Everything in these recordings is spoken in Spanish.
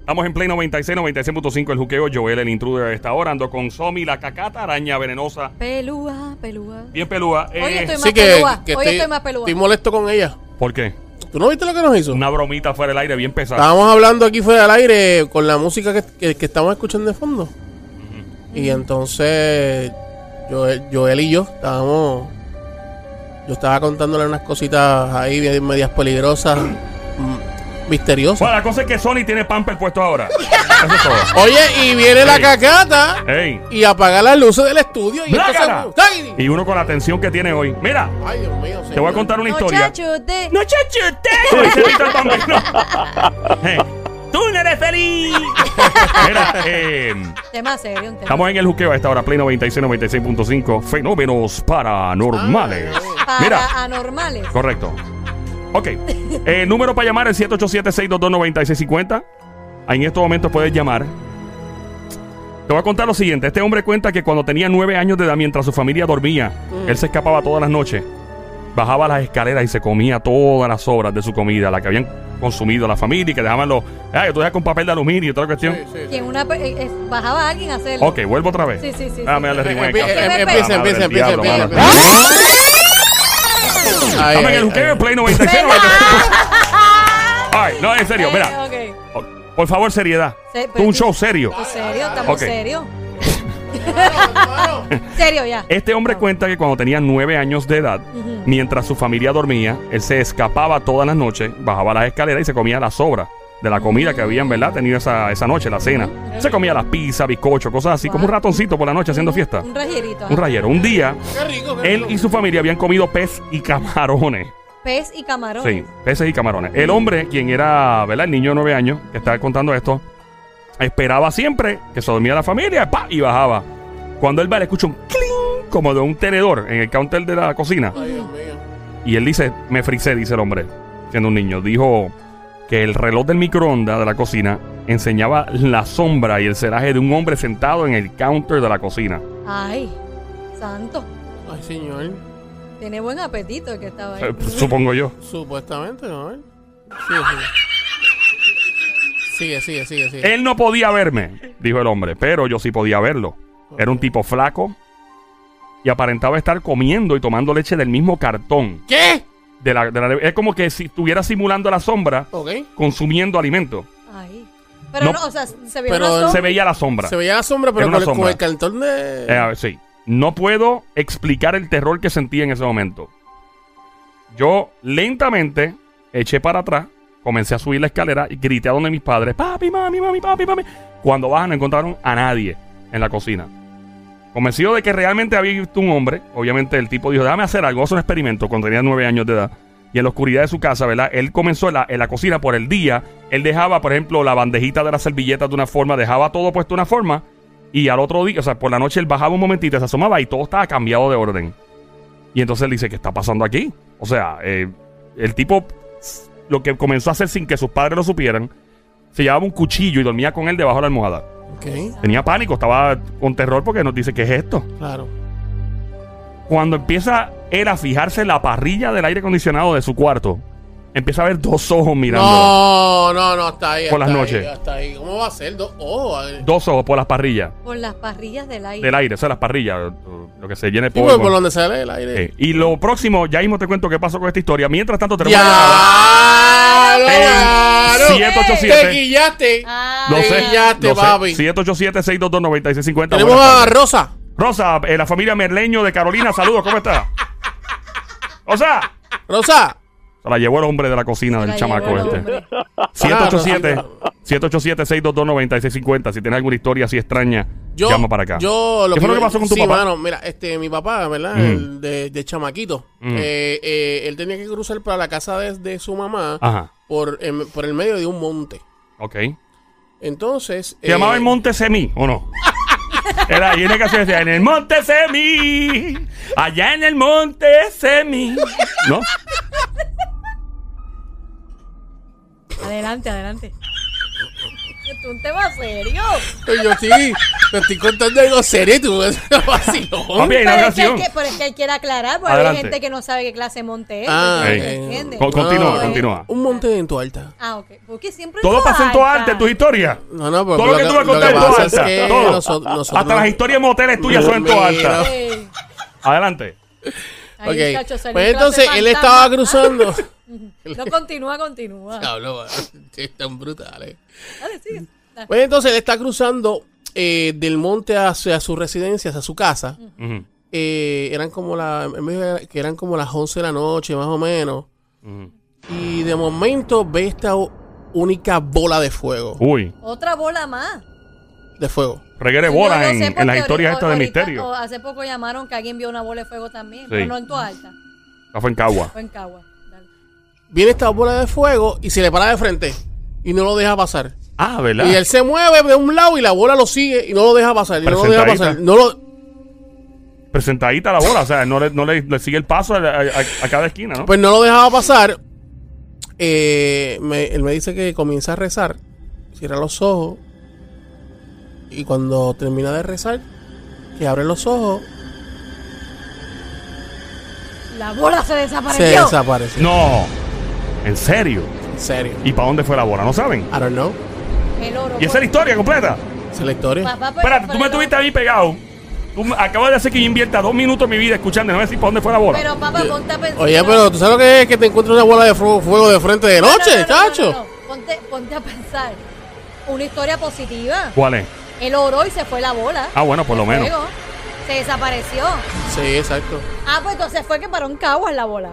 Estamos en Play 96, 96.5 el juqueo. Joel, el intruder, está ahora. Ando con Somi, la cacata araña venenosa. Pelúa, pelúa. Bien pelúa. Hoy Eh, estoy sí. más pelúa. Hoy estoy más pelúa. estoy molesto con ella. ¿Por qué? ¿Tú no viste lo que nos hizo? Una bromita fuera del aire bien pesada. Estábamos hablando aquí fuera del aire con la música que, que- que estamos escuchando de fondo. Y entonces Joel, Joel y yo estábamos... Yo estaba contándole unas cositas ahí bien medias peligrosas, mm, misteriosas. Bueno, la cosa es que Sony tiene pamper puesto ahora. Eso es todo. Oye, y viene la Ey. cacata Ey. y apaga las luces del estudio. Y ¡Blácala! entonces- ¡Ay! Y uno con la atención que tiene hoy. Mira, Ay, Dios mío, te voy a señor. contar una historia. Muchachos de... ¡No chachote! Dice Víctor Bambino. Eh, ¡Tú no eres feliz! Mira, eh, Tema serio, un tema. estamos en el juqueo a esta hora, Play 96, 96.5. Fenómenos paranormales. Para Mira. anormales. Correcto. Ok. Eh, número para llamar es 787-622-9650. En estos momentos puedes llamar. Te voy a contar lo siguiente. Este hombre cuenta que cuando tenía nueve años de edad, mientras su familia dormía, Mm. él se escapaba todas las noches. Bajaba las escaleras y se comía todas las sobras de su comida, la que habían consumido la familia y que dejaban los. "Ah, Ay, tú dejas con papel de aluminio y otra cuestión. Sí, sí, sí. Quien una... pe- eh, eh, bajaba a alguien a hacerlo. Ok, Ah, vuelvo otra vez. Sí, sí, sí, Déjame sí. darle rewind, Empie- cabrón. em- empieza, La madre empieza, del empieza, diablo, empieza, mano. Estamos en el juqueo en Play 96. Ay, no, en serio, mira. Eh, ok. Oh, Por favor, seriedad. Se- pues, Esto es un show serio. ¿En serio? ¿Estamos Ok. serio? Serio ya. Este hombre cuenta que cuando tenía nueve años de edad, mientras su familia dormía, él se escapaba todas las noches, bajaba las escaleras y se comía las sobras de la comida que habían, ¿verdad? Tenido esa, esa noche, la cena. Se comía las pizzas, bizcocho, cosas así, como un ratoncito por la noche haciendo fiesta. Un rayerito. Un ajá. rayero. Un día, Qué rico, qué él rico. y su familia habían comido pez y camarones. Pez y camarón. Sí, peces y camarones. El hombre, quien era, ¿verdad? El niño de nueve años, que estaba contando esto, esperaba siempre que se dormía la familia ¡pa! y bajaba. Cuando él va, le escucha un cling como de un tenedor en el counter de la cocina. Ay, Dios mío. Y él dice, me frisé, dice el hombre, siendo un niño. Dijo que el reloj del microondas de la cocina enseñaba la sombra y el celaje de un hombre sentado en el counter de la cocina. Ay, santo. Ay, señor. Tiene buen apetito el que estaba Eh, ahí. Supongo yo. Supuestamente, ¿no? ¿Eh? Sí, sí. Sigue, sigue, sigue, sigue. Él no podía verme, dijo el hombre, pero yo sí podía verlo. Era un tipo flaco y aparentaba estar comiendo y tomando leche del mismo cartón. ¿Qué? De la, de la- es como que si estuviera simulando la sombra, Ok. consumiendo alimento. Ay. Pero no, No. o sea, se vio Pero una él sombra. Se veía la sombra. Se veía la sombra, Era pero con una el, con sombra. el cantón de... Eh, a ver, sí. No puedo explicar el terror que sentí en ese momento. Yo lentamente eché para atrás, comencé a subir la escalera y grité a donde mis padres, papi, mami, mami, papi, mami. Cuando bajan no encontraron a nadie en la cocina. Convencido de que realmente había visto un hombre, obviamente el tipo dijo, déjame hacer algo, haz un experimento cuando tenía nueve años de edad. Y en la oscuridad de su casa, ¿verdad? Él comenzó en la, en la cocina por el día. Él dejaba, por ejemplo, la bandejita de las servilletas de una forma, dejaba todo puesto de una forma. Y al otro día, o sea, por la noche él bajaba un momentito, se asomaba y todo estaba cambiado de orden. Y entonces él dice, ¿qué está pasando aquí? O sea, eh, el tipo s- lo que comenzó a hacer sin que sus padres lo supieran, se llevaba un cuchillo y dormía con él debajo de la almohada. Ok, Tenía pánico, estaba con terror porque nos dice, ¿qué es esto? claro. Cuando empieza él a fijarse en la parrilla del aire acondicionado de su cuarto, empieza a ver dos ojos mirando. No, no, no, hasta ahí. Por hasta las ahí, noches. Hasta ahí. ¿Cómo va a ser? Dos ojos. a ver. Dos ojos por las parrillas. Por las parrillas del aire. Del aire, o sea, las parrillas, o- o lo que se llene de Sí, polvo. pues, por donde sale el aire. Eh, y lo próximo, ya mismo te cuento qué pasó con esta historia. Mientras tanto, tenemos ¡Ya! una llamada. ¡Claro! En 787. ¡Te guillaste! Ah, No sé. guillaste, no sé. papi. 787-622-9650. Tenemos Buenas a tardes. Rosa. Rosa, eh, la familia Merleño de Carolina. Saludos, ¿cómo está? Rosa. Rosa. Se la llevó el hombre de la cocina se del la chamaco llevó el este. hombre. Ah, 787 787 622 9650 Si tienes alguna historia así extraña, Yo, llama para acá. Yo, ¿Qué fue lo que pasó con tu sí, papá? mano, mira, este, mi papá, ¿verdad? Mm. El de, de chamaquito. Mm. Eh, eh, él tenía que cruzar para la casa de, de su mamá Ajá. por, em, por el medio de un monte. Ok. ¿Se Entonces. eh, llamaba el Monte Semí o no? Era ahí en el caso decía, en el Monte Semí, allá en el Monte Semí. ¿No? Adelante, adelante. ¿Qué esto es un tema serio. Pues Yo sí, te estoy contando algo serio y tú me haces vacilón. Papi, hay una Pero es, que hay canción. que, pero es que hay que aclarar, porque hay Adelante. gente que no sabe qué clase de monte es. Ah, ¿me Ey. entiendes? Con- continúa, Ah, continúa. Un monte en tu alta. Ah, ok. Porque siempre Todo está pasa en toda arte, tus historias. No, no, pero Todo lo que tú vas a contar es Pues que todo pasa es alta. que Todo. noso- nosotros- Hasta las historias de moteles tuyas son en toda Mira. alta. Ey, Adelante. ahí, Ok. chacho, salió clase Pues entonces él fantasma. Ah, estaba Ah. cruzando. No continúa, continúa. Diablo, man, están brutales. Dale, sigue. Dale. Pues entonces él está cruzando eh, del monte hacia su residencia, hacia su casa. Ujú, Eh, eran como la, él me dijo que eran como las 11 de la noche, más o menos. ujú. Y de momento ve esta u- única bola de fuego. Uy, Otra bola más. Uh. De fuego. reguere Yo bola no sé en, porque en las ahorita- historias estas de ahorita- misterio. o Hace poco llamaron que alguien vio una bola de fuego también, pero no en toda alta, Está fue en Cagua. fue en Cagua. Dale. Viene esta bola de fuego y se le para de frente. Y no lo deja pasar. Ah, ¿verdad? Y él se mueve de un lado y la bola lo sigue y no lo deja pasar. Y no lo deja Presentadita. pasar. No lo, Presentadita la bola, o sea, no le, no le, le sigue el paso a, a- a- a cada esquina, ¿no? Pues no lo dejaba pasar. Eh, me- él me dice que comienza a rezar, cierra los ojos. Y cuando termina de rezar, que abre los ojos, La bola se se desapareció. desaparece. No. En serio. En serio. ¿Y para dónde fue la bola? ¿No saben? I don't know. El oro. Y esa fue- es la historia completa. Esa es la historia. Papá, pero- Espérate, tú pero- me tuviste a mí pegado. Tú me- acabas de hacer que yo invierta dos minutos de mi vida escuchando. No voy a decir para dónde fue la bola. Pero papá, ponte a pensar. Oye, pero tú sabes lo que es que te encuentras una bola de fuego, fuego de frente de No, no, noche, no, no, chacho. no, no. Ponte, ponte a pensar. Una historia positiva. ¿Cuál es? Él oró y se fue la bola. Ah, bueno, por lo menos. Luego, se desapareció. Sí, exacto. Ah, pues entonces fue que paró en Caguas la bola.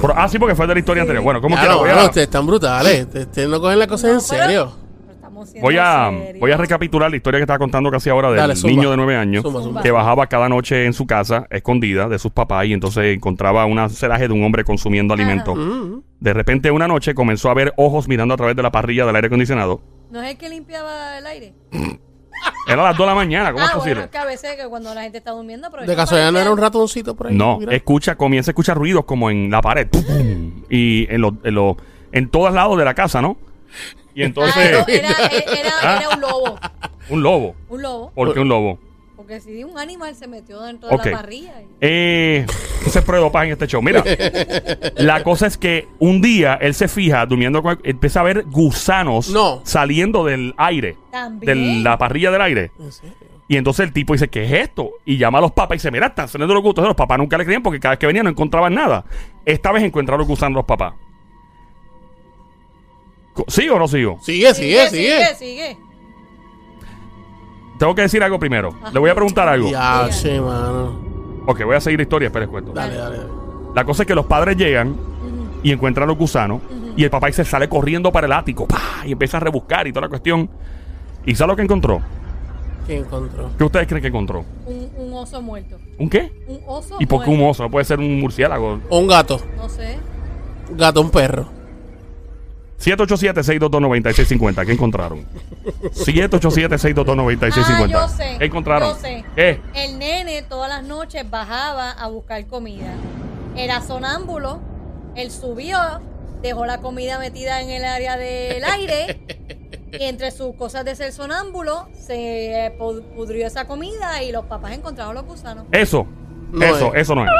Pero- ah, sí, porque fue de la historia anterior. Bueno, ¿cómo que Claro, voy mano, a, ustedes están brutales. Ustedes- ustedes no cogen las cosas en No, pero- serio. Pero estamos siendo voy a, serios. voy a recapitular la historia que estaba contando casi ahora del Dale, zumba. niño de nueve años Zumba, zumba. que bajaba cada noche en su casa, escondida de sus papás, y entonces encontraba un celaje de un hombre consumiendo alimento. Mm. De repente, una noche comenzó a ver ojos mirando a través de la parrilla del aire acondicionado. ¿No es el que limpiaba el aire? Era las 2 de la mañana, ¿cómo ah, es bueno, posible? es que a veces que cuando la gente está durmiendo... pero De casualidad no era un ratoncito por ahí. No, Mira. escucha, comienza a escuchar ruidos como en la pared. pum, pum, y en los, en los- en todos lados de la casa, ¿no? Y entonces, Ah. Ah, no, era, era- era un lobo. un lobo. Un lobo. ¿Por qué un lobo? Porque si un animal se metió dentro Ok. de la parrilla. y- Eh, se predopa en este show. Mira, la cosa es que un día él se fija durmiendo con. Empieza a ver gusanos No. saliendo del aire, de También. la parrilla del aire. ¿En serio? Y entonces el tipo dice, ¿qué es esto? Y llama a los papás y dice, mira, están saliendo los gusanos. Los papás nunca le creían porque cada vez que venían no encontraban nada. Esta vez encuentran los gusanos los papás. Co- ¿Sigo o no sigo? Sigue, sigue, sigue. sigue, sigue. Tengo que decir algo primero. Le voy a preguntar algo. Ya, che, mano. Ok, voy a seguir la historia, pero les cuento. Dale, dale. dale. La cosa es que los padres llegan y encuentran los gusanos y el papá se sale corriendo para el ático ¡pa! y empieza a rebuscar y toda la cuestión. ¿Y sabe lo que encontró? ¿Qué encontró? ¿Qué ustedes creen que encontró? Un, un oso muerto. ¿Un qué? Un oso ¿Y por qué un muerto. oso? No puede ser un murciélago. O un gato. No sé. Un gato, un perro. 787-622-9650. ¿Qué encontraron? 787-622-9650. Ah, yo sé, ¿Qué encontraron? yo sé. ¿Qué? El nene todas las noches bajaba a buscar comida. Era sonámbulo. Él subió, dejó la comida metida en el área del aire. y entre sus cosas de ser sonámbulo, se eh, pud- pudrió esa comida y los papás encontraron los gusanos. Eso. No eso, es. eso no es.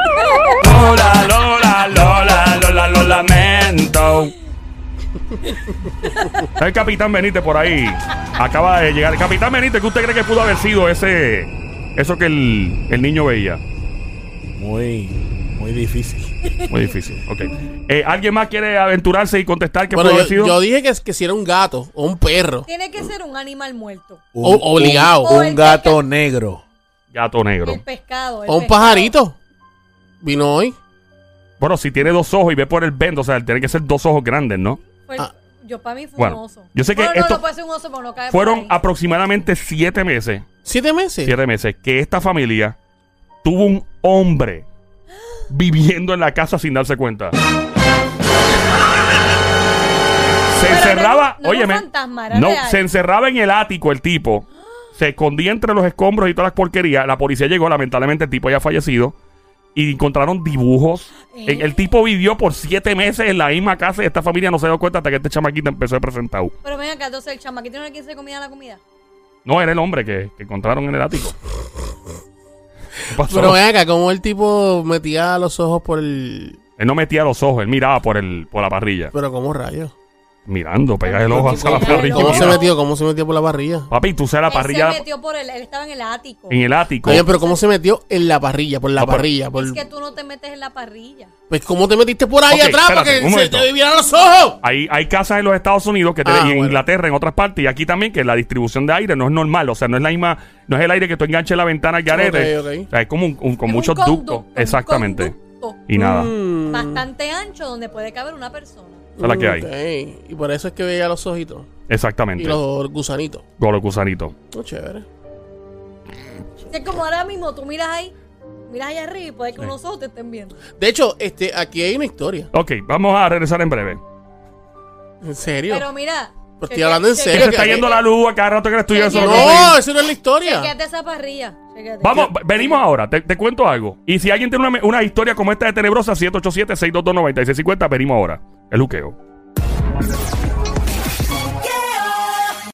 Lola, Lola, Lola, Lola, lo lamento. El capitán Benítez por ahí. Acaba de llegar. El capitán Benítez, ¿qué usted cree que pudo haber sido ese. Eso que el, el niño veía? Muy, muy difícil. Muy difícil. Ok. Eh, ¿Alguien más quiere aventurarse y contestar que Bueno, pudo haber yo, sido? yo dije que, que si era un gato o un perro. Tiene que ser un animal muerto. O- obligado. Un, O el gato negro. Gato negro. El pescado. el O un pescado. pajarito. Vino hoy. Bueno, si tiene dos ojos y ve por el vento, o sea, tiene que ser dos ojos grandes, ¿no? Fue- Ah. Yo para mí fue Bueno, un oso. yo sé que Bueno, no, esto- no puede ser un oso porque no cae por Fueron ahí. aproximadamente siete meses, ¿Siete meses? siete meses, que esta familia tuvo un hombre viviendo en la casa sin darse cuenta. Se Pero no encerraba, era- no era óyeme, un fantasma, era no, real. se encerraba en el ático el tipo, se escondía entre los escombros y todas las porquerías. La policía llegó, lamentablemente el tipo ya fallecido. y encontraron dibujos. Eh. El, el tipo vivió por siete meses en la misma casa y esta familia no se dio cuenta hasta que este chamaquito empezó a presentar. Pero ven acá, entonces el chamaquito no le quiso comida a la comida. No, era el hombre que, que encontraron en el ático. ¿Qué pasó? Pero ven acá, como el tipo metía los ojos por el. Él no metía los ojos, él miraba por el por la parrilla. Pero como rayos. Mirando, pegaba el ojo hacia la Claro. parrilla. ¿Cómo y se miraba. metió? ¿Cómo se metió por la parrilla? Papi, tú sabes la Él parrilla se metió por el, él estaba en el ático. en el ático. Oye, pero ¿cómo se metió? En la parrilla, por la No, pero- parrilla. Por... Es que tú no te metes en la parrilla. Pues ¿cómo te metiste por ahí Ok, atrás espérate, un para que se momento. te vieran los ojos? Hay, hay casas en los Estados Unidos que te- Ah, y en bueno. Inglaterra, en otras partes, y aquí también, que la distribución de aire no es normal. O sea, no es la misma, no es el aire que tú enganches en la ventana al garete. Ok, ok. O sea, es como un- un- con Es un muchos ductos. conducto, un Exactamente. conducto Y nada. Mm, Bastante ancho donde puede caber una persona. Esa es la que hay. ok. Y por eso es que veía los ojitos y Exactamente. los gusanitos. Con los gusanitos. Muy chévere. O sea, como ahora mismo tú miras ahí, miras allá arriba y puede que unos ojos te estén viendo. De hecho, este, aquí hay una historia. Ok, vamos a regresar en breve. ¿En serio? Pero mira. Pero estoy chequea- hablando en chequea- Que serio. se está yendo la luz a cada rato que eres tuyo. Eso no lo puedo no, eso no es la historia. Chequeate esa parrilla. chequeate. Vamos, v- venimos ahora, te, te cuento algo. Y si alguien tiene una, me- una historia como esta de Tenebrosa, 787-622-9650, venimos ahora. El luqueo.